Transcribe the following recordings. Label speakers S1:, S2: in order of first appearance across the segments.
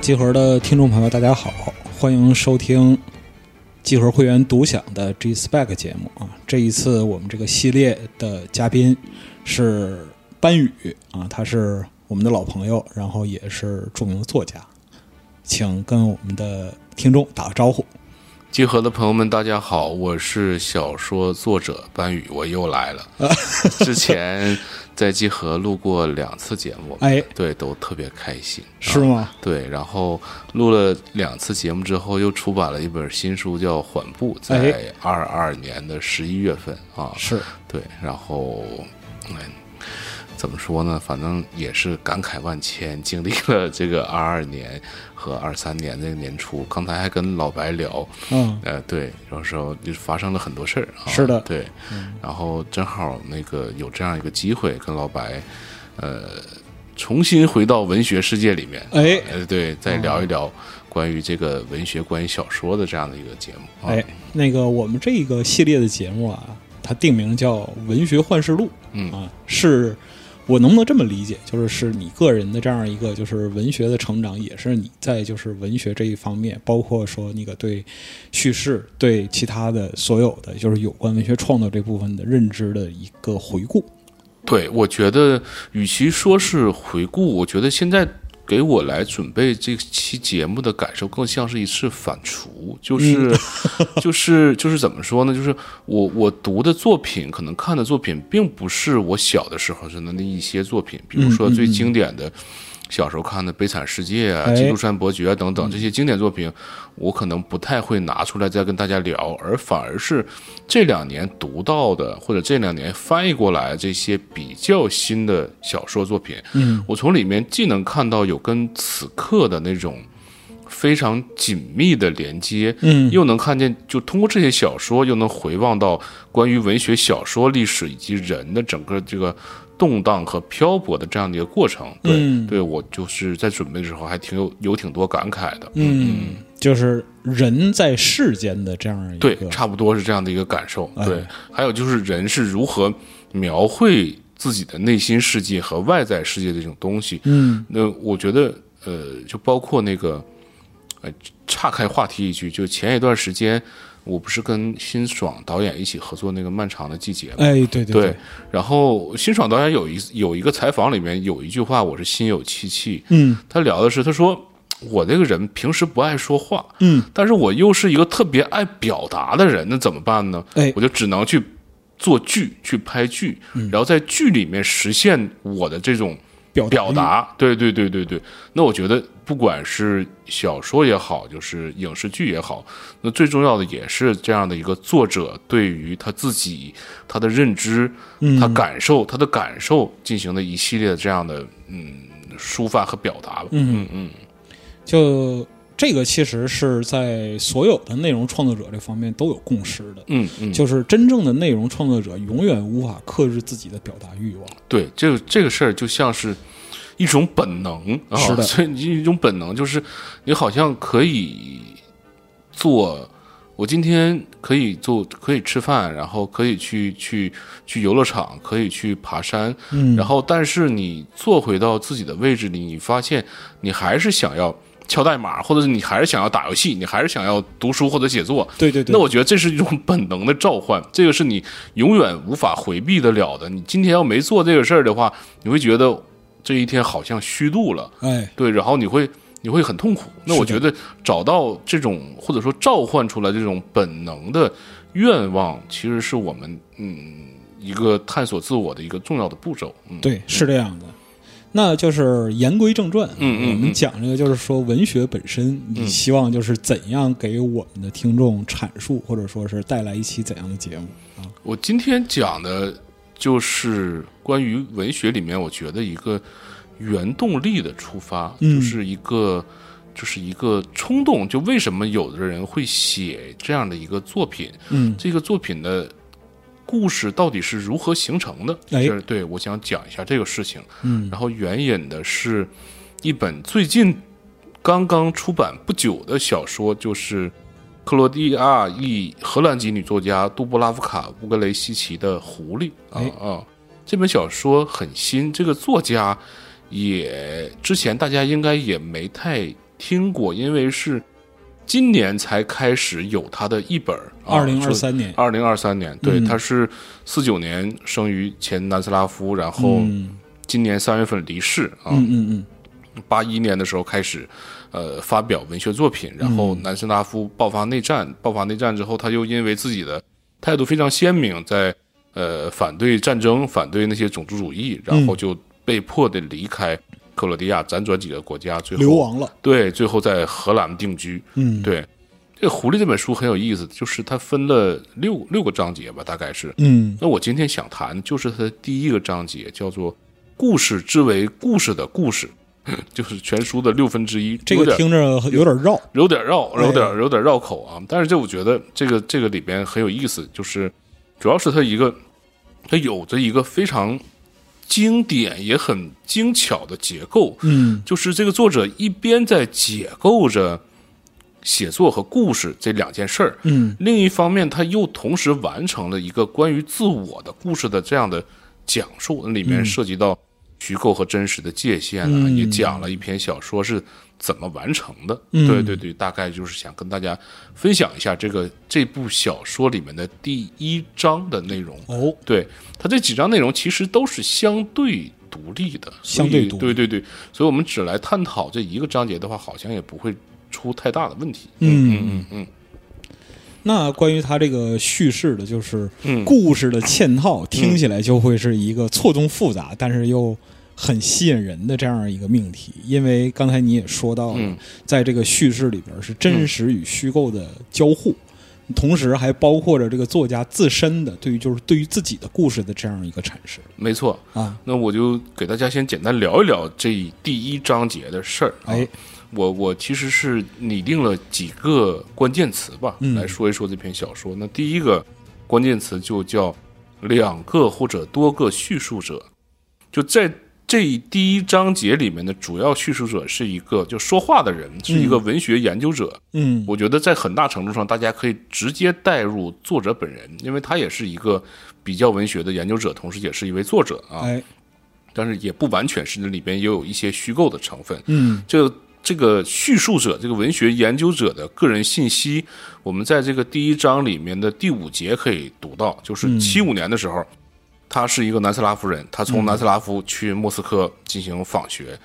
S1: 集合的听众朋友，大家好，欢迎收听集合会员独享的 G Spec 节目啊。这一次我们这个系列的嘉宾是班宇啊，他是我们的老朋友，然后也是著名的作家，请跟我们的听众打个招呼。
S2: 集合的朋友们，大家好，我是小说作者班宇，我又来了。
S1: 啊
S2: 之前在集合录过两次节目，
S1: 哎，
S2: 对，都特别开心，
S1: 是吗？
S2: 对。然后录了两次节目之后，又出版了一本新书，叫《缓步》，在二二年的十一月份啊，
S1: 哎是，
S2: 对。然后，嗯，怎么说呢？反正也是感慨万千，经历了这个二二年和二三年这个年初，刚才还跟老白聊。
S1: 嗯，
S2: 呃，对，有时候就发生了很多事儿啊。
S1: 是的嗯
S2: 对，然后正好那个有这样一个机会跟老白，呃，重新回到文学世界里面，
S1: 哎
S2: 呃，对，再聊一聊关于这个文学、关于小说的这样的一个节目。啊
S1: 哎，，那个我们这个系列的节目啊，它定名叫《文学幻视录》。
S2: 嗯
S1: 啊，是我能不能这么理解？就是是你个人的这样一个就是文学的成长，也是你在就是文学这一方面，包括说那个对叙事、对其他的所有的就是有关文学创作这部分的认知的一个回顾。
S2: 对，我觉得与其说是回顾，我觉得现在。给我来准备这期节目的感受，更像是一次反刍，就是，
S1: 嗯
S2: 就是，就是怎么说呢？就是我我读的作品，可能看的作品，并不是我小的时候是那一些作品，比如说
S1: 嗯嗯
S2: 最经典的，小时候看的《悲惨世界》啊，
S1: 哎嗯
S2: 《基督山伯爵》啊等等这些经典作品，我可能不太会拿出来再跟大家聊，而反而是这两年读到的，或者这两年翻译过来这些比较新的小说作品，
S1: 嗯，
S2: 我从里面既能看到有跟此刻的那种非常紧密的连接，
S1: 嗯
S2: 又能看见，就通过这些小说，又能回望到关于文学小说历史以及人的整个这个动荡和漂泊的这样的一个过程。对，
S1: 嗯
S2: 对我就是在准备的时候还挺有有挺多感慨的。
S1: 嗯，就是人在世间的这样一个
S2: 对，差不多是这样的一个感受。
S1: 嗯哎
S2: 对，还有就是人是如何描绘自己的内心世界和外在世界的这种东西。
S1: 嗯
S2: 那我觉得，呃，就包括那个，呃，岔开话题一句，就前一段时间，我不是跟辛爽导演一起合作那个《漫长的季节》吗？
S1: 哎对对对
S2: 然后辛爽导演有一有一个采访里面有一句话，我是心有戚戚。
S1: 嗯
S2: 他聊的是，他说我这个人平时不爱说话，
S1: 嗯，
S2: 但是我又是一个特别爱表达的人，那怎么办呢？
S1: 哎嗯
S2: 我就只能去做剧，去拍剧，然后在剧里面实现我的这种
S1: 表
S2: 表
S1: 欲
S2: 达。对对对对对。那我觉得，不管是小说也好，就是影视剧也好，那最重要的也是这样的一个作者对于他自己、他的认知、
S1: 嗯
S2: 他感受、他的感受进行的一系列的这样的嗯抒发和表达吧。
S1: 嗯
S2: 嗯嗯，
S1: 就。这个其实是在所有的内容创作者这方面都有共识的，
S2: 嗯嗯，
S1: 就是真正的内容创作者永远无法克制自己的表达欲望。
S2: 对，这个这个事儿就像是一种本能啊，
S1: 是的
S2: 所以一种本能就是你好像可以做，我今天可以做，可以吃饭，然后可以去去去游乐场，可以去爬山，
S1: 嗯
S2: 然后但是你坐回到自己的位置里，你发现你还是想要敲代码，或者是你还是想要打游戏，你还是想要读书或者写作，
S1: 对对对，
S2: 那我觉得这是一种本能的召唤，这个是你永远无法回避得了的。你今天要没做这个事儿的话，你会觉得这一天好像虚度了，
S1: 哎，
S2: 对，然后你会你会很痛苦。那我
S1: 是
S2: 觉
S1: 的
S2: 得找到这种或者说召唤出来这种本能的愿望，其实是我们嗯一个探索自我的一个重要的步骤。嗯，
S1: 对，是这样的。那就是言归正传，
S2: 嗯嗯
S1: 我们讲这个就是说文学本身，你希望就是怎样给我们的听众阐述，或者说是带来一期怎样的节目啊？
S2: 我今天讲的就是关于文学里面，我觉得一个原动力的出发，
S1: 嗯
S2: 就是一个就是一个冲动。就为什么有的人会写这样的一个作品？
S1: 嗯
S2: 这个作品的故事到底是如何形成的？
S1: 哎
S2: 就是对我想讲一下这个事情。
S1: 嗯
S2: 然后援引的是一本最近刚刚出版不久的小说，就是克罗地亚裔荷兰籍女作家杜布拉夫卡·乌格雷西奇的《狐狸》啊
S1: 哎
S2: 啊！这本小说很新，这个作家也之前大家应该也没太听过，因为是今年才开始有他的译本。啊
S1: 二零二三年，
S2: 二零二三年，对，
S1: 嗯
S2: 他是四九年生于前南斯拉夫，然后
S1: 嗯
S2: 今年三月份离世啊。
S1: 嗯嗯嗯，
S2: 八一年的时候开始，呃，发表文学作品，然后
S1: 嗯
S2: 南斯拉夫爆发内战，爆发内战之后，他又因为自己的态度非常鲜明，在呃反对战争、反对那些种族主义，然
S1: 嗯
S2: 后就被迫的离开克罗地亚，辗转几个国家，最后
S1: 流亡了，
S2: 对，最后在荷兰定居。
S1: 嗯
S2: 对，这《狐狸》这本书很有意思，就是它分了六六个章节吧，大概是。
S1: 嗯
S2: 那我今天想谈就是它的第一个章节，叫做“故事之为故事的故事”， 就是全书的六分之一，
S1: 这
S2: 有
S1: 个
S2: 点
S1: 听着有点绕，
S2: 有点绕，
S1: 哎
S2: 有点有点绕口啊。但是这我觉得这个这个里边很有意思，就是主要是它一个，它有着一个非常经典也很精巧的结构，
S1: 嗯
S2: 就是这个作者一边在解构着写作和故事这两件事儿，
S1: 嗯
S2: 另一方面，他又同时完成了一个关于自我的故事的这样的讲述，里面涉及到虚构和真实的界限啊，
S1: 嗯
S2: 也讲了一篇小说是怎么完成的。
S1: 嗯
S2: 对对对，大概就是想跟大家分享一下这个这部小说里面的第一章的内容。
S1: 哦，
S2: 对它这几章内容其实都是相对独立的，所
S1: 相
S2: 以
S1: 对独立
S2: 对对对，所以我们只来探讨这一个章节的话，好像也不会出太大的问题。
S1: 嗯，
S2: 嗯嗯
S1: 那关于他这个叙事的，就是
S2: 嗯，
S1: 故事的嵌套，听起来就会是一个错综复杂，但是又很吸引人的这样一个命题。因为刚才你也说到了
S2: 嗯，
S1: 在这个叙事里边是真实与虚构的交互，同时还包括着这个作家自身的对于就是对于自己的故事的这样一个阐释
S2: 没错。
S1: 啊。
S2: 那我就给大家先简单聊一聊这第一章节的事儿、啊。
S1: 哎，
S2: 我我其实是拟定了几个关键词吧，
S1: 嗯
S2: 来说一说这篇小说。那第一个关键词就叫两个或者多个叙述者，就在这第一章节里面的主要叙述者是一个就说话的人，是一个文学研究者。
S1: 嗯
S2: 我觉得在很大程度上，大家可以直接带入作者本人，因为他也是一个比较文学的研究者，同时也是一位作者啊。
S1: 哎
S2: 但是也不完全是，那里边也有一些虚构的成分。
S1: 嗯
S2: 这个这个叙述者，这个文学研究者的个人信息，我们在这个第一章里面的第五节可以读到，就是七五年的时候，他是一个南斯拉夫人，他从南斯拉夫去莫斯科进行访学。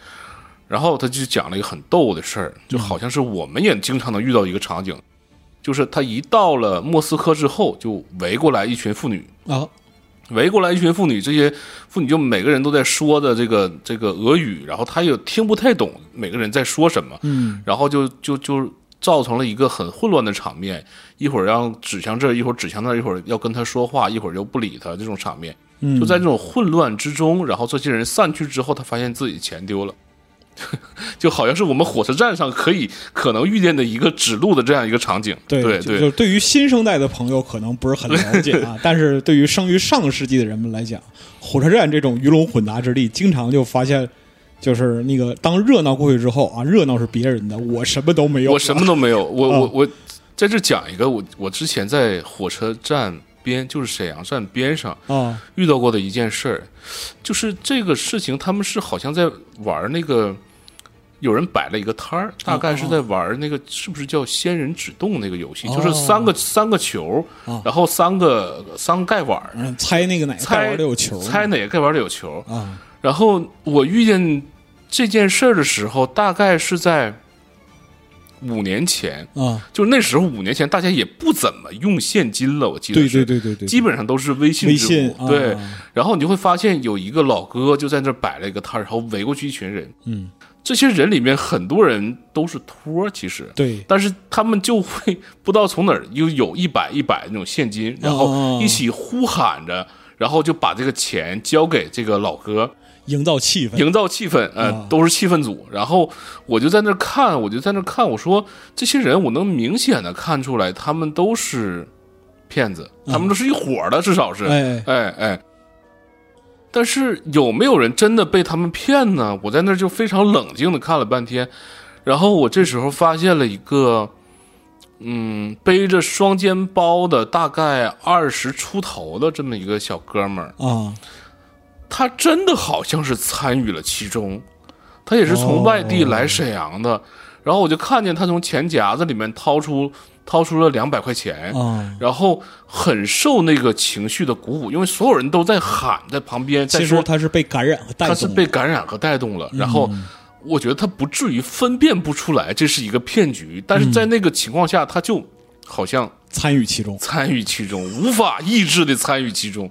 S2: 然后他就讲了一个很逗的事儿，就好像是我们也经常能遇到一个场景，就是他一到了莫斯科之后，就围过来一群妇女，
S1: 啊
S2: 围过来一群妇女，这些妇女就每个人都在说的这个这个俄语，然后她也听不太懂每个人在说什么，
S1: 嗯
S2: 然后就就就造成了一个很混乱的场面，一会儿让指向这儿，一会儿指向那儿，一会儿要跟她说话，一会儿又不理她，这种场面，
S1: 嗯，
S2: 就在这种混乱之中，然后这些人散去之后，她发现自己钱丢了。 就好像是我们火车站上可以可能遇见的一个指路的这样一个场景，
S1: 对
S2: 对
S1: 就就是对于新生代的朋友可能不是很了解 啊，但是对于生于上世纪的人们来讲，火车站这种鱼龙混杂之地，经常就发现，就是那个当热闹过去之后啊，热闹是别人的，我什么都没有，
S2: 我什么都没有。我
S1: 嗯
S2: 我我在这讲一个，我我之前在火车站边，就是沈阳站边上
S1: 啊，
S2: 遇到过的一件事儿，就是这个事情，他们是好像在玩那个。有人摆了一个摊儿，大概是在玩那个是不是叫“仙人指动”那个游戏？
S1: 哦
S2: 就是三个三个球
S1: 哦，
S2: 然后三个三个盖碗儿，
S1: 嗯，猜那个哪个盖
S2: 猜
S1: 碗里有球呢，
S2: 猜哪个盖碗里有球。
S1: 啊，
S2: 然后我遇见这件事儿的时候，大概是在五年前。
S1: 啊，
S2: 就是那时候五年前，大家也不怎么用现金了，我记得
S1: 对
S2: 是
S1: 对对对对，
S2: 基本上都是微信
S1: 微
S2: 支付。
S1: 信啊
S2: 对，然后你就会发现有一个老哥就在那儿摆了一个摊儿，然后围过去一群人。
S1: 嗯，
S2: 这些人里面很多人都是托儿，其实，
S1: 对，
S2: 但是他们就会不知道从哪儿又有一百一百那种现金，然
S1: 哦
S2: 后一起呼喊着。然后就把这个钱交给这个老哥，
S1: 营造气 氛，
S2: 营造气氛，呃，
S1: 啊
S2: 都是气氛组。然后我就在那儿看，我就在那儿看，我说这些人，我能明显的看出来，他们都是骗子，他们都是一伙儿的，至少是，哎
S1: 嗯哎，
S2: 哎但是有没有人真的被他们骗呢？我在那儿就非常冷静的看了半天，然后我这时候发现了一个，嗯，背着双肩包的大概二十出头的这么一个小哥们儿，
S1: 啊，
S2: 他
S1: 哦
S2: 真的好像是参与了其中，他也是从外地来沈阳的，然后我就看见他从钱夹子里面掏出掏出了两百块钱，
S1: 啊，
S2: 然后很受那个情绪的鼓舞，因为所有人都在喊，在旁边在
S1: 其
S2: 说
S1: 实他是被感染和带
S2: 他
S1: 动
S2: 是
S1: 的，
S2: 被感染和带动了，
S1: 嗯
S2: 然后。我觉得他不至于分辨不出来这是一个骗局，但是
S1: 嗯
S2: 在那个情况下，他就好像
S1: 参与其中。
S2: 参与其中，无法抑制的参与其中。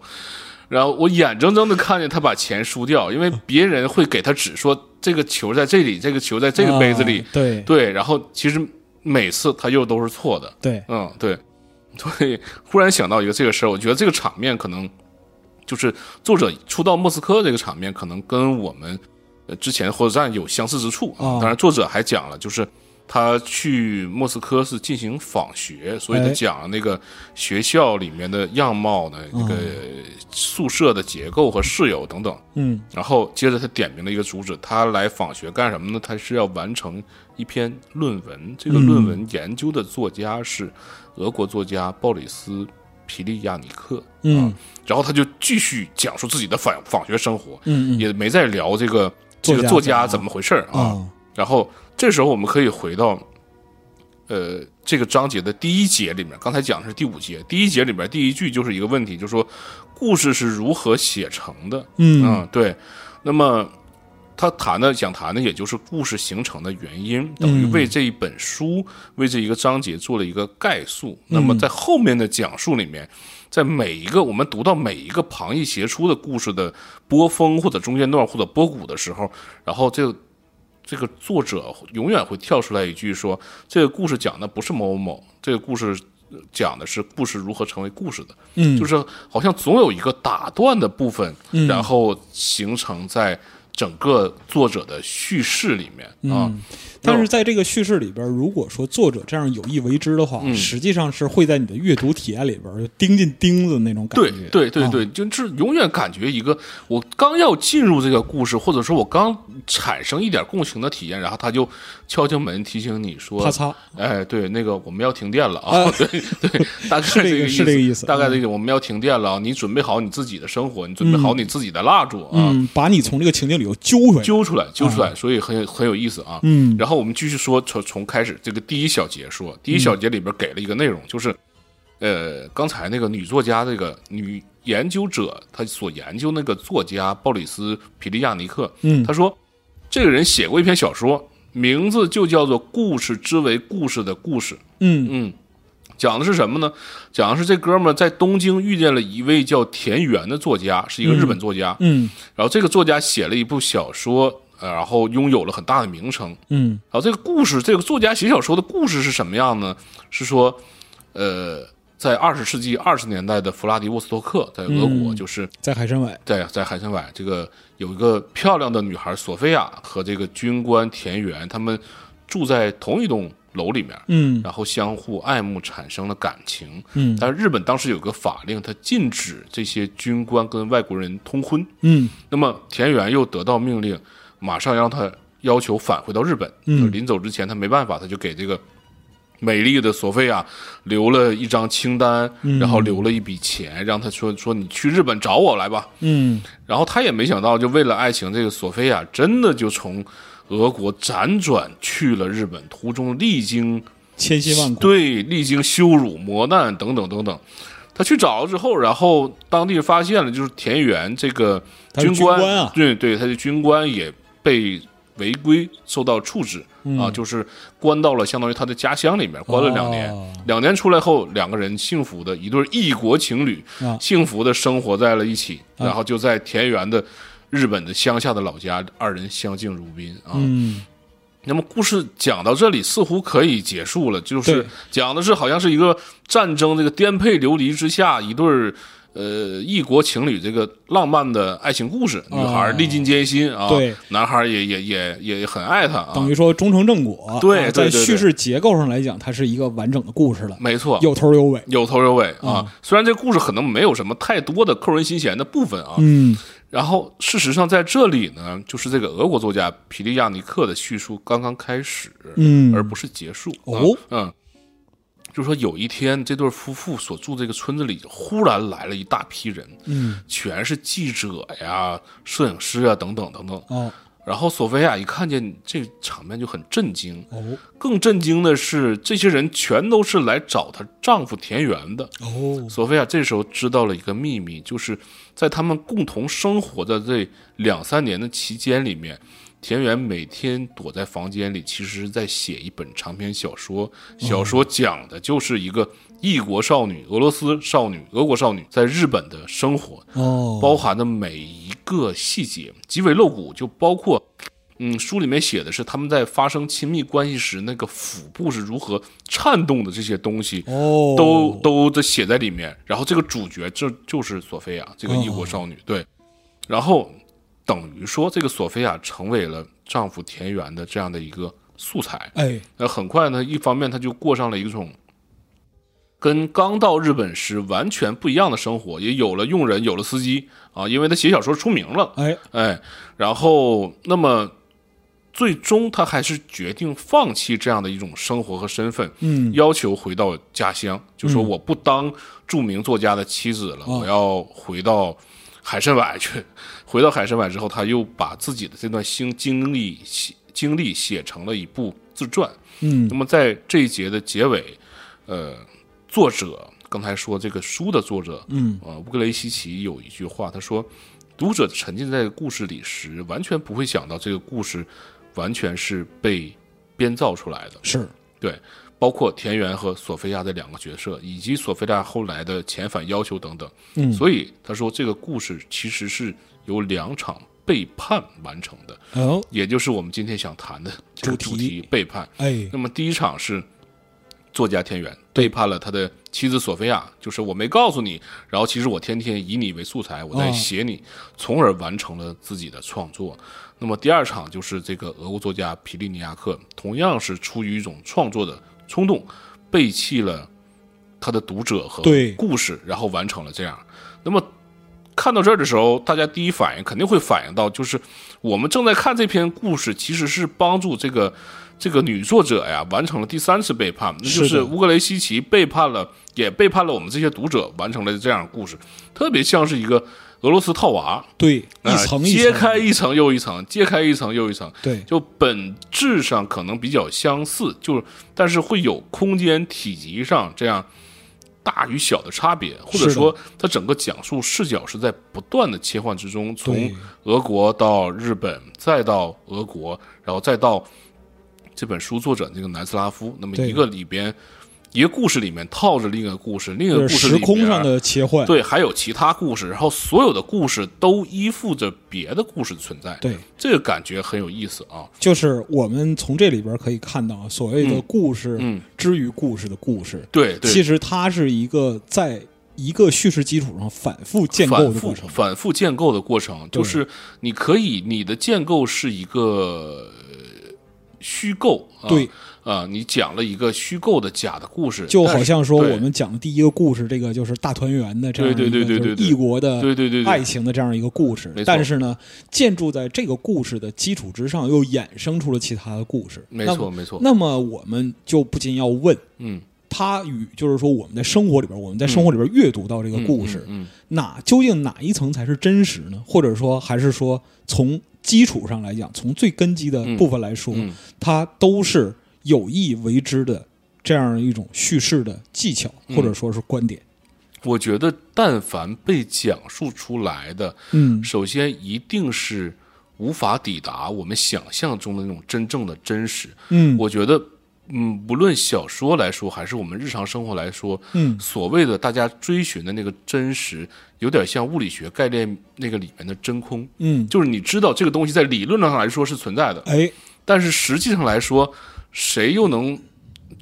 S2: 然后我眼睁睁的看见他把钱输掉，因为别人会给他指说这个球在这里，这个球在这个杯子里
S1: 啊，对
S2: 对。然后其实每次他又都是错的，
S1: 对，
S2: 嗯，对。所以忽然想到一个这个事儿，我觉得这个场面可能就是作者初到莫斯科这个场面，可能跟我们呃之前火车站有相似之处啊。
S1: 哦
S2: 当然，作者还讲了，就是他去莫斯科是进行访学，所以他
S1: 哎
S2: 讲了那个学校里面的样貌呢，那个
S1: 哦
S2: 宿舍的结构和室友等等。
S1: 嗯，
S2: 然后接着他点明了一个主旨，他来访学干什么呢？他是要完成一篇论文，这个论文研究的作家是俄国作家鲍里斯·皮利亚尼克。
S1: 嗯
S2: 啊，然后他就继续讲述自己的访访学生活，
S1: 嗯嗯
S2: 也没再聊这个这
S1: 作家
S2: 个作家怎么回事儿啊。
S1: 啊，
S2: 然后这时候我们可以回到，呃，这个章节的第一节里面，刚才讲的是第五节，第一节里面第一句就是一个问题，就是说故事是如何写成的。
S1: 嗯
S2: 嗯，对。那么他谈的想谈的，也就是故事形成的原因，等于为这一本书、为这一个章节做了一个概述。那么在后面的讲述里面，在每一个我们读到每一个旁逸斜出的故事的波峰或者中间段或者波谷的时候，然后这个。这个作者永远会跳出来一句说：“这个故事讲的不是某某某，这个故事讲的是故事如何成为故事的。”
S1: 嗯，
S2: 就是是好像总有一个打断的部分，
S1: 嗯
S2: 然后形成在整个作者的叙事里面啊。
S1: 嗯但是在这个叙事里边，如果说作者这样有意为之的话，
S2: 嗯
S1: 实际上是会在你的阅读体验里边就钉进钉子那种感
S2: 对
S1: 觉。
S2: 对对
S1: 啊，
S2: 对，就是永远感觉一个我刚要进入这个故事，或者说我刚产生一点共情的体验，然后他就敲敲门提醒你说
S1: 啪嚓，
S2: 哎，对，那个我们要停电了啊！ 对 对，大概
S1: 是这
S2: 个
S1: 个是这个意思嗯
S2: 大概这个我们要停电了啊！你准备好你自己的生活，你准备好你自己的蜡烛啊！
S1: 嗯，把你从这个情境里头揪回来。
S2: 揪出来，揪出来，所以很有很有意思啊。
S1: 嗯
S2: 然后我们继续说，从从开始这个第一小节说，第一小节里边给了一个内容，就是，呃，刚才那个女作家，这个女研究者，她所研究那个作家鲍里斯·皮利亚尼克，
S1: 嗯
S2: 她说，这个人写过一篇小说，名字就叫做《故事之为故事的故事》。
S1: 嗯
S2: 嗯，讲的是什么呢？讲的是这哥们儿在东京遇见了一位叫田园的作家，是一个日本作家。
S1: 嗯
S2: 然后这个作家写了一部小说，呃，然后拥有了很大的名声。
S1: 嗯
S2: 然后这个故事，这个作家写小说的故事是什么样呢？是说，呃，在二十世纪二十年代的弗拉迪沃斯托克，在俄国，就是
S1: 在海参崴。
S2: 在在海参崴，这个有一个漂亮的女孩索菲亚和这个军官田园，他们住在同一栋楼里面。
S1: 嗯
S2: 然后相互爱慕，产生了感情。
S1: 嗯
S2: 但是日本当时有个法令，它禁止这些军官跟外国人通婚。
S1: 嗯
S2: 那么田园又得到命令，马上让他要求返回到日本。
S1: 嗯
S2: 就临走之前他没办法，他就给这个美丽的索菲亚留了一张清单，
S1: 嗯
S2: 然后留了一笔钱，让他说说你去日本找我来吧。
S1: 嗯
S2: 然后他也没想到，就为了爱情，这个索菲亚真的就从俄国辗转去了日本，途中历经
S1: 千辛万苦。
S2: 对，历经羞辱、磨难等等等等。他去找了之后，然后当地发现了，就是田园这个
S1: 他是
S2: 官，
S1: 军官啊
S2: 对对，他的军官也被违规受到处置、啊，就是关到了相当于他的家乡里面，关了两年。
S1: 哦
S2: 两年出来后，两个人幸福的一对异国情侣，
S1: 啊
S2: 幸福的生活在了一起，然后就在田园的日本的乡下的老家，二人相敬如宾啊。
S1: 嗯
S2: 那么故事讲到这里似乎可以结束了，就是
S1: 对
S2: 讲的是好像是一个战争，这个颠沛流离之下，一对儿呃异国情侣这个浪漫的爱情故事，女孩历尽艰辛啊，
S1: 对，
S2: 男孩也也也也很爱她啊
S1: 等，于说终成正果。
S2: 对
S1: 啊在
S2: 对对对
S1: 叙事结构上来讲，它是一个完整的故事了，
S2: 没错，
S1: 有头有尾。
S2: 有头有尾
S1: 嗯
S2: 啊。虽然这故事可能没有什么太多的扣人心弦的部分啊，
S1: 嗯
S2: 然后事实上在这里呢，就是这个俄国作家皮利亚尼克的叙述刚刚开始，
S1: 嗯，
S2: 而不是结束。
S1: 哦
S2: 嗯，嗯，就是说有一天，这对夫妇所住这个村子里，忽然来了一大批人，
S1: 嗯
S2: 全是记者呀、摄影师啊等等等等。
S1: 哦
S2: 然后索菲亚一看见这场面就很震惊，
S1: 哦
S2: 更震惊的是，这些人全都是来找她丈夫田园的。
S1: 哦，
S2: 索菲亚这时候知道了一个秘密，就是在他们共同生活的这两三年的期间里面，田园每天躲在房间里，其实是在写一本长篇小说。小说讲的就是一个异国少女、俄罗斯少女、俄国少女在日本的生活，
S1: 哦，
S2: 包含的每一个细节，极为露骨，就包括。嗯，书里面写的是他们在发生亲密关系时，那个腹部是如何颤动的，这些东西，
S1: 哦，
S2: 都都这写在里面。然后这个主角这就是索菲亚，这个异国少女，哦对。然后等于说，这个索菲亚成为了丈夫田园的这样的一个素材。
S1: 哎，
S2: 那很快呢，一方面她就过上了一种跟刚到日本时完全不一样的生活，也有了佣人，有了司机啊，因为她写小说出名了。
S1: 哎，
S2: 哎，然后那么最终他还是决定放弃这样的一种生活和身份，
S1: 嗯，
S2: 要求回到家乡，就说我不当著名作家的妻子了，我要回到海参崴去。回到海参崴之后，他又把自己的这段经经历写经历写成了一部自传。
S1: 嗯
S2: 那么在这一节的结尾，呃，作者刚才说这个书的作者，
S1: 嗯，
S2: 呃，乌格雷西奇有一句话，他说，读者沉浸在故事里时，完全不会想到这个故事完全是被编造出来的。
S1: 是，
S2: 对，包括田园和索菲亚的两个角色，以及索菲亚后来的遣返要求等等。
S1: 嗯
S2: 所以他说这个故事其实是由两场背叛完成的，
S1: 哦，
S2: 也就是我们今天想谈的这个
S1: 主
S2: 主
S1: 题
S2: 题——背叛。
S1: 哎，
S2: 那么第一场是作家田园背叛了他的妻子索菲亚，就是我没告诉你，然后其实我天天以你为素材，
S1: 哦
S2: 我在写你，从而完成了自己的创作。那么第二场就是这个俄国作家皮利尼亚克，同样是出于一种创作的冲动，背弃了他的读者和
S1: 对
S2: 故事，然后完成了这样。那么看到这儿的时候，大家第一反应肯定会反应到，就是我们正在看这篇故事，其实是帮助这个这个女作者呀完成了第三次背叛，那就是是
S1: 的
S2: 乌格雷西奇背叛了，也背叛了我们这些读者，完成了这样的故事，特别像是一个俄罗斯套娃，
S1: 对，
S2: 啊
S1: 一层一层
S2: 揭开，一层又一层，揭开一层又一层，
S1: 对，
S2: 就本质上可能比较相似，就是但是会有空间体积上这样大与小的差别，或者
S1: 是的
S2: 说它整个讲述视角是在不断的切换之中，从
S1: 对
S2: 俄国到日本，再到俄国，然后再到这本书作者那个南斯拉夫，那么
S1: 对
S2: 一个里边。一个故事里面套着另一个故事，另一个
S1: 就
S2: 故
S1: 是
S2: 事
S1: 时
S2: 里边
S1: 空上的切换，
S2: 对，还有其他故事，然后所有的故事都依附着别的故事存在，
S1: 对，
S2: 这个感觉很有意思啊。
S1: 就是我们从这里边可以看到，啊所谓的故事
S2: 嗯
S1: 之于故事的故事，
S2: 对对，
S1: 其实它是一个在一个叙事基础上反复建构
S2: 反
S1: 的
S2: 复
S1: 过程。
S2: 反复建构的过程，
S1: 对
S2: 就是你可以你的建构是一个呃虚构，啊
S1: 对
S2: 啊、你讲了一个虚构的假的故事，
S1: 就
S2: 但
S1: 好
S2: 是
S1: 像说
S2: 对
S1: 我们讲的第一个故事，这个就是大团圆的这样一
S2: 对
S1: 个
S2: 对对对
S1: 就是
S2: 对对
S1: 异国的
S2: 对对对对
S1: 爱情的这样一个故事
S2: 没错。
S1: 但是呢，建筑在这个故事的基础之上，又衍生出了其他的故事。
S2: 没
S1: 那
S2: 错
S1: 么。
S2: 没错，
S1: 那么我们就不禁要问，
S2: 嗯，
S1: 它与就是说我们在生活里边，我们在生活里边阅读到这个故事，
S2: 嗯，嗯
S1: 哪究竟哪一层才是真实呢？或者说，还是说从基础上来讲，从最根基的部分来说，
S2: 嗯嗯
S1: 它都是有意为之的这样一种叙事的技巧，
S2: 嗯
S1: 或者说是观点。
S2: 我觉得但凡被讲述出来的，
S1: 嗯，
S2: 首先一定是无法抵达我们想象中的那种真正的真实。
S1: 嗯，
S2: 我觉得，嗯，不论小说来说，还是我们日常生活来说，
S1: 嗯
S2: 所谓的大家追寻的那个真实，有点像物理学概念那个里面的真空，
S1: 嗯，
S2: 就是你知道这个东西在理论上来说是存在的，
S1: 哎，
S2: 但是实际上来说，谁又能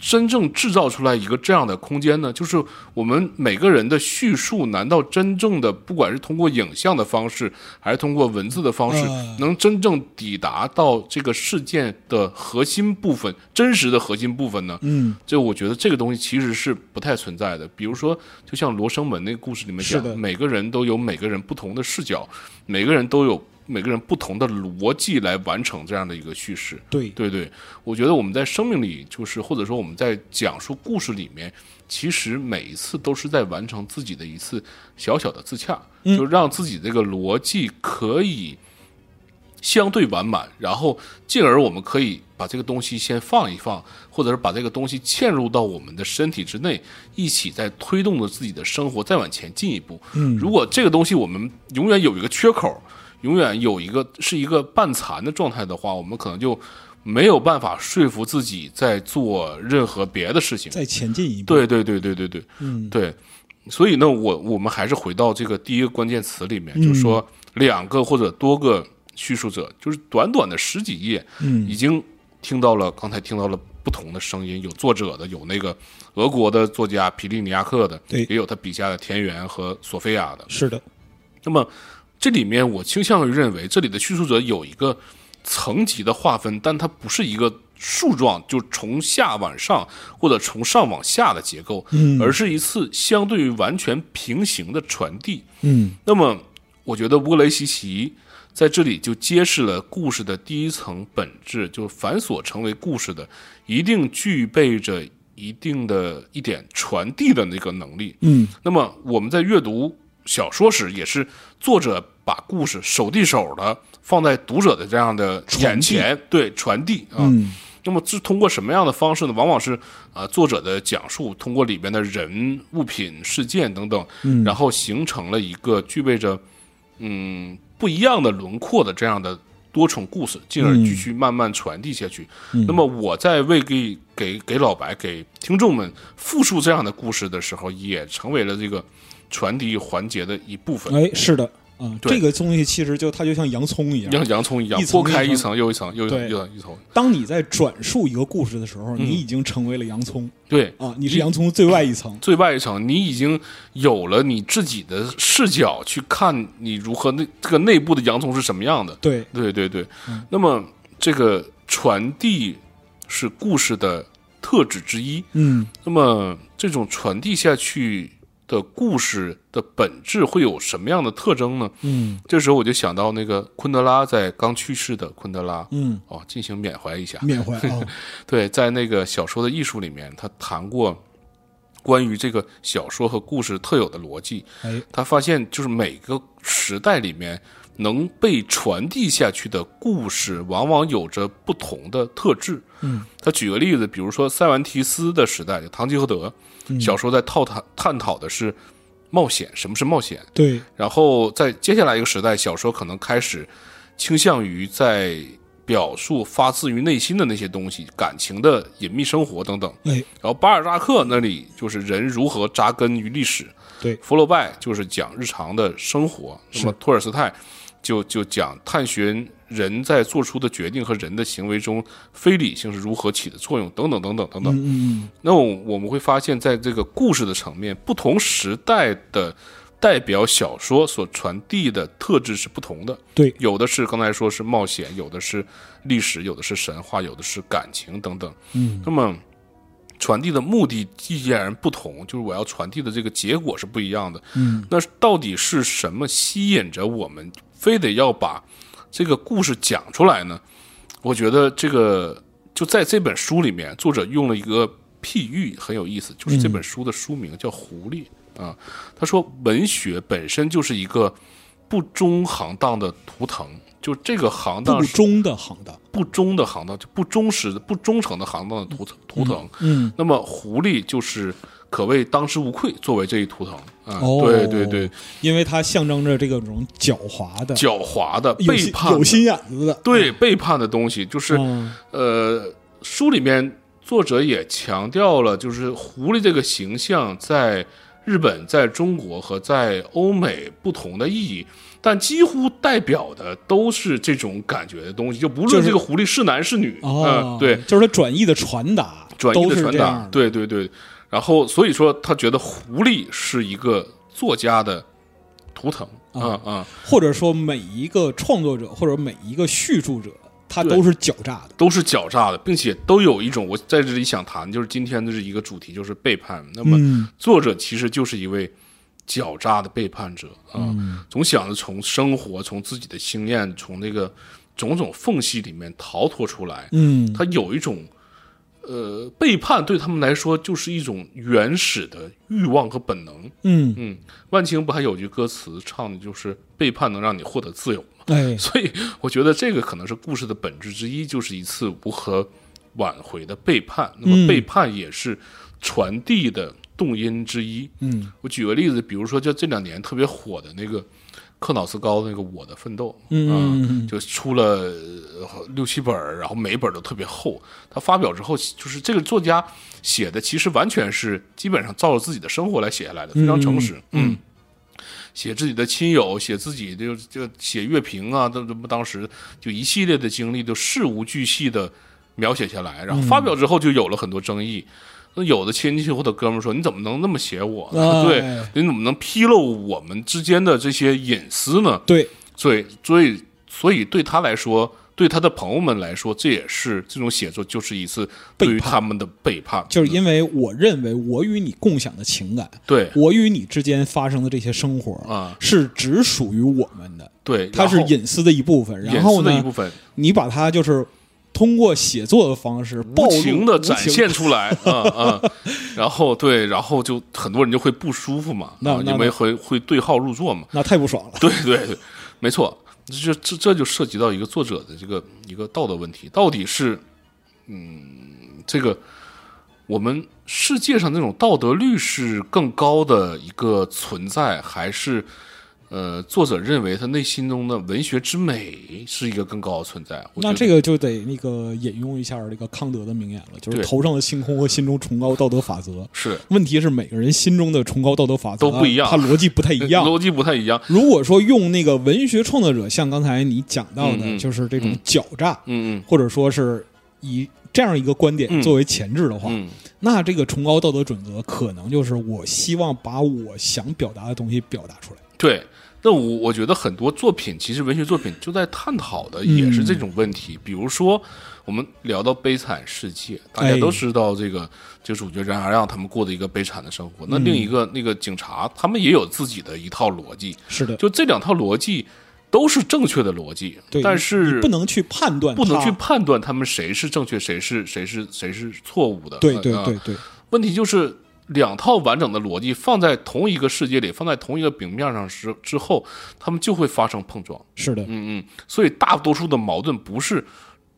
S2: 真正制造出来一个这样的空间呢？就是我们每个人的叙述，难道真正的不管是通过影像的方式，还是通过文字的方式
S1: 嗯，
S2: 能真正抵达到这个事件的核心部分、真实的核心部分呢？
S1: 嗯，
S2: 这我觉得这个东西其实是不太存在的。比如说，就像罗生门那个故事里面讲
S1: 是的
S2: 每个人都有每个人不同的视角，每个人都有每个人不同的逻辑来完成这样的一个叙事。
S1: 对，
S2: 对对，我觉得我们在生命里，就是或者说我们在讲述故事里面，其实每一次都是在完成自己的一次小小的自洽，就让自己这个逻辑可以相对完满，然后进而我们可以把这个东西先放一放，或者是把这个东西嵌入到我们的身体之内，一起在推动着自己的生活再往前进一步。嗯，如果这个东西我们永远有一个缺口，永远有一个是一个半残的状态的话，我们可能就没有办法说服自己在做任何别的事情。
S1: 再前进一步。
S2: 对对对对对对，嗯，对。所以呢，我我们还是回到这个第一个关键词里面，就是说
S1: 嗯
S2: 两个或者多个叙述者，就是短短的十几页，
S1: 嗯
S2: 已经听到了刚才听到了不同的声音，有作者的，有那个俄国的作家皮利尼亚克的，
S1: 对
S2: 也有他笔下的田园和索菲亚的。
S1: 是的，
S2: 那么这里面，我倾向于认为这里的叙述者有一个层级的划分，但它不是一个树状，就从下往上或者从上往下的结构，
S1: 嗯
S2: 而是一次相对于完全平行的传递。
S1: 嗯
S2: 那么，我觉得乌雷西奇在这里就揭示了故事的第一层本质，就是繁琐成为故事的，一定具备着一定的一点传递的那个能力。
S1: 嗯
S2: 那么我们在阅读小说时，也是作者把故事手递手的放在读者的这样的眼前，对传递啊。
S1: 嗯
S2: 那么是通过什么样的方式呢？往往是啊、作者的讲述，通过里边的人、物品、事件等等，然后形成了一个具备着嗯不一样的轮廓的这样的多重故事，进而继续慢慢传递下去。那么我在为给给给老白、给听众们复述这样的故事的时候，也成为了这个传递环节的一部分，
S1: 哎，是的啊，
S2: 对
S1: 这个东西其实就它就像洋葱一样，
S2: 像洋葱一样
S1: 一层
S2: 剥开
S1: 一
S2: 一
S1: 层
S2: 层又一层，又一层
S1: 对
S2: 又一层一层，
S1: 当你在转述一个故事的时
S2: 嗯
S1: 候，你已经成为了洋葱
S2: 对。
S1: 啊，你是洋葱最外一层。
S2: 最外一层，你已经有了你自己的视角去看你如何那这个内部的洋葱是什么样的。
S1: 对，
S2: 对对对，
S1: 嗯
S2: 那么这个传递是故事的特质之一。
S1: 嗯
S2: 那么这种传递下去的故事的本质会有什么样的特征呢？
S1: 嗯
S2: 这时候我就想到那个昆德拉在刚去世的昆德拉，
S1: 嗯，
S2: 哦，进行缅怀一下。
S1: 缅 怀啊，
S2: 对，在那个小说的艺术里面，他谈过关于这个小说和故事特有的逻辑。
S1: 哎，
S2: 他发现就是每个时代里面能被传递下去的故事，往往有着不同的特质。
S1: 嗯，
S2: 他举个例子，比如说塞万提斯的时代，就《堂吉诃德》
S1: 嗯
S2: 小说在套探探讨的是冒险，什么是冒险？
S1: 对，
S2: 然后在接下来一个时代，小说可能开始倾向于在表述发自于内心的那些东西，感情的隐秘生活等等。
S1: 哎，
S2: 然后巴尔扎克那里就是人如何扎根于历史，
S1: 对
S2: 弗洛拜就是讲日常的生活，那么托尔斯泰就就讲探寻人在做出的决定和人的行为中非理性是如何起的作用，等等等等等等。
S1: 嗯嗯
S2: 那我我们会发现，在这个故事的层面，不同时代的代表小说所传递的特质是不同的。
S1: 对
S2: 有的是刚才说是冒险，有的是历史，有的是神话，有的是感情等等。
S1: 嗯，
S2: 那么传递的目的既然不同，就是我要传递的这个结果是不一样的。
S1: 嗯，
S2: 那到底是什么吸引着我们，非得要把这个故事讲出来呢？我觉得这个就在这本书里面，作者用了一个譬喻很有意思，就是这本书的书名叫《狐狸》啊。他说，文学本身就是一个不中行当的图腾，就这个行当
S1: 不
S2: 是
S1: 忠的行当。
S2: 不忠的行当，就不忠实的、不忠诚的行当的图腾图腾。
S1: 嗯，
S2: 那么狐狸就是可谓当之无愧，作为这一图腾啊，
S1: 哦
S2: 对对对，
S1: 因为它象征着这个种狡猾的、
S2: 狡猾的、
S1: 有
S2: 背
S1: 心
S2: 叛的
S1: 有心眼子的。
S2: 对背叛的东西，就是、
S1: 嗯
S2: 呃，书里面作者也强调了，就是狐狸这个形象在日本、在中国和在欧美不同的意义，但几乎代表的都是这种感觉的东西，就不
S1: 就
S2: 论
S1: 是
S2: 这个狐狸是男是女，
S1: 哦
S2: 嗯，，对，
S1: 就是它转译的传达，
S2: 转移
S1: 都
S2: 的
S1: 是
S2: 传
S1: 这
S2: 达
S1: 样，的。
S2: 对对对。然后所以说，他觉得狐狸是一个作家的图腾
S1: 哦
S2: 啊啊，
S1: 或者说每一个创作者或者每一个叙述者，他
S2: 对
S1: 都是狡诈的。
S2: 都是狡诈的，并且都有一种我在这里想谈，就是今天的这一个主题就是背叛。那么
S1: 嗯
S2: 作者其实就是一位狡诈的背叛者啊，总想着从生活、从自己的经验、从那个种种缝隙里面逃脱出来，
S1: 嗯，
S2: 他有一种，呃，背叛对他们来说就是一种原始的欲望和本能。
S1: 嗯，
S2: 嗯，万青不还有句歌词唱的就是“背叛能让你获得自由”吗？
S1: 哎，
S2: 所以我觉得这个可能是故事的本质之一，就是一次无可挽回的背叛。那
S1: 嗯
S2: 么背叛也是传递的动因之一。
S1: 嗯，
S2: 我举个例子，比如说就这两年特别火的那个克劳斯高的那个《我的奋斗》，
S1: 嗯
S2: 啊，就出了呃六七本儿，然后每本儿都特别厚。他发表之后，就是这个作家写的，其实完全是基本上照着自己的生活来写下来的，非常诚实。嗯。写自己的亲友，写自己就就写乐评啊，都这么当时就一系列的经历都事无巨细的描写下来，然后发
S1: 嗯
S2: 表之后就有了很多争议。那有的亲戚或者哥们儿说：“你怎么能那么写我呢？
S1: 哎
S2: 对，你怎么能披露我们之间的这些隐私呢？”
S1: 对，
S2: 所以，所以，所以对他来说，对他的朋友们来说，这也是这种写作就是一次对于他们的背叛，
S1: 就是因为我认为我与你共享的情感，
S2: 对
S1: 我与你之间发生的这些生活
S2: 啊
S1: 是只属于我们的，
S2: 对，
S1: 它是
S2: 然后
S1: 隐私的一部分。
S2: 隐
S1: 然后
S2: 私的一部
S1: 呢，
S2: 分，
S1: 你把它就是通过写作的方式暴
S2: 无
S1: 露
S2: 情的展
S1: 无情
S2: 现出来， 啊啊、然后对，然后就很多人就会不舒服嘛，
S1: 那
S2: 啊，
S1: 那
S2: 因为会会对号入座嘛，
S1: 那太不爽了。
S2: 对对对，没错，这这这就涉及到一个作者的这个一个道德问题，到底是，嗯，这个我们世界上那种道德律是更高的一个存在，还是呃作者认为他内心中的文学之美是一个更高的存在？我
S1: 那
S2: 觉
S1: 这
S2: 得
S1: 个就得那个引用一下这个康德的名言了，就是
S2: 对
S1: 头上的星空和心中崇高道德法则。
S2: 是
S1: 问题是每个人心中的崇高道德法则
S2: 都不一样
S1: 它逻辑不太一样。
S2: 逻辑不太一样，
S1: 如果说用那个文学创作者，像刚才你讲到
S2: 嗯
S1: 的，
S2: 嗯
S1: 就是这种狡诈，
S2: 嗯
S1: 或者说是以这样一个观点
S2: 嗯
S1: 作为前置的话，
S2: 嗯嗯，
S1: 那这个崇高道德准则可能就是我希望把我想表达的东西表达出来。
S2: 对。那我我觉得很多作品，其实文学作品就在探讨的也
S1: 嗯
S2: 是这种问题。比如说，我们聊到《悲惨世界》，大家
S1: 哎
S2: 都知道这个，这主角冉阿让他们过的一个悲惨的生活。那
S1: 嗯
S2: 另一个、那个警察，他们也有自己的一套逻辑，
S1: 是的，
S2: 就这两套逻辑都是正确的逻辑
S1: 对，
S2: 但是
S1: 你不能去判断它，
S2: 不能去判断他们谁是正确，谁是谁是谁是错误的。
S1: 对
S2: 呃
S1: 对
S2: 啊
S1: 对对，
S2: 问题就是两套完整的逻辑放在同一个世界里，放在同一个平面上之之后，他们就会发生碰撞。
S1: 是的，
S2: 嗯嗯，所以大多数的矛盾不是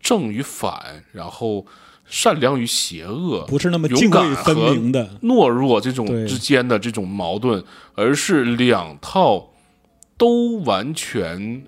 S2: 正与反，然后善良与邪恶，
S1: 不是那么泾
S2: 勇敢
S1: 渭分明的。
S2: 懦弱这种
S1: 对
S2: 之间的这种矛盾，而是两套都完全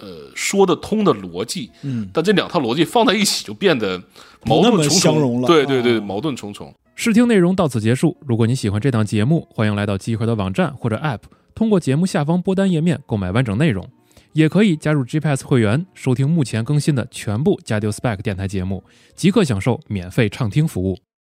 S2: 呃说得通的逻辑。
S1: 嗯，
S2: 但这两套逻辑放在一起就变得
S1: 不
S2: 矛
S1: 那么
S2: 盾重重，
S1: 相容了
S2: 对对对，
S1: 啊
S2: 矛盾重重。
S3: 试听内容到此结束。如果你喜欢这档节目，欢迎来到集合的网站或者 App，通过节目下方播单页面购买完整内容，也可以加入 GPS 会员，收听目前更新的全部加丢 Spec 电台节目，即刻享受免费畅听服务。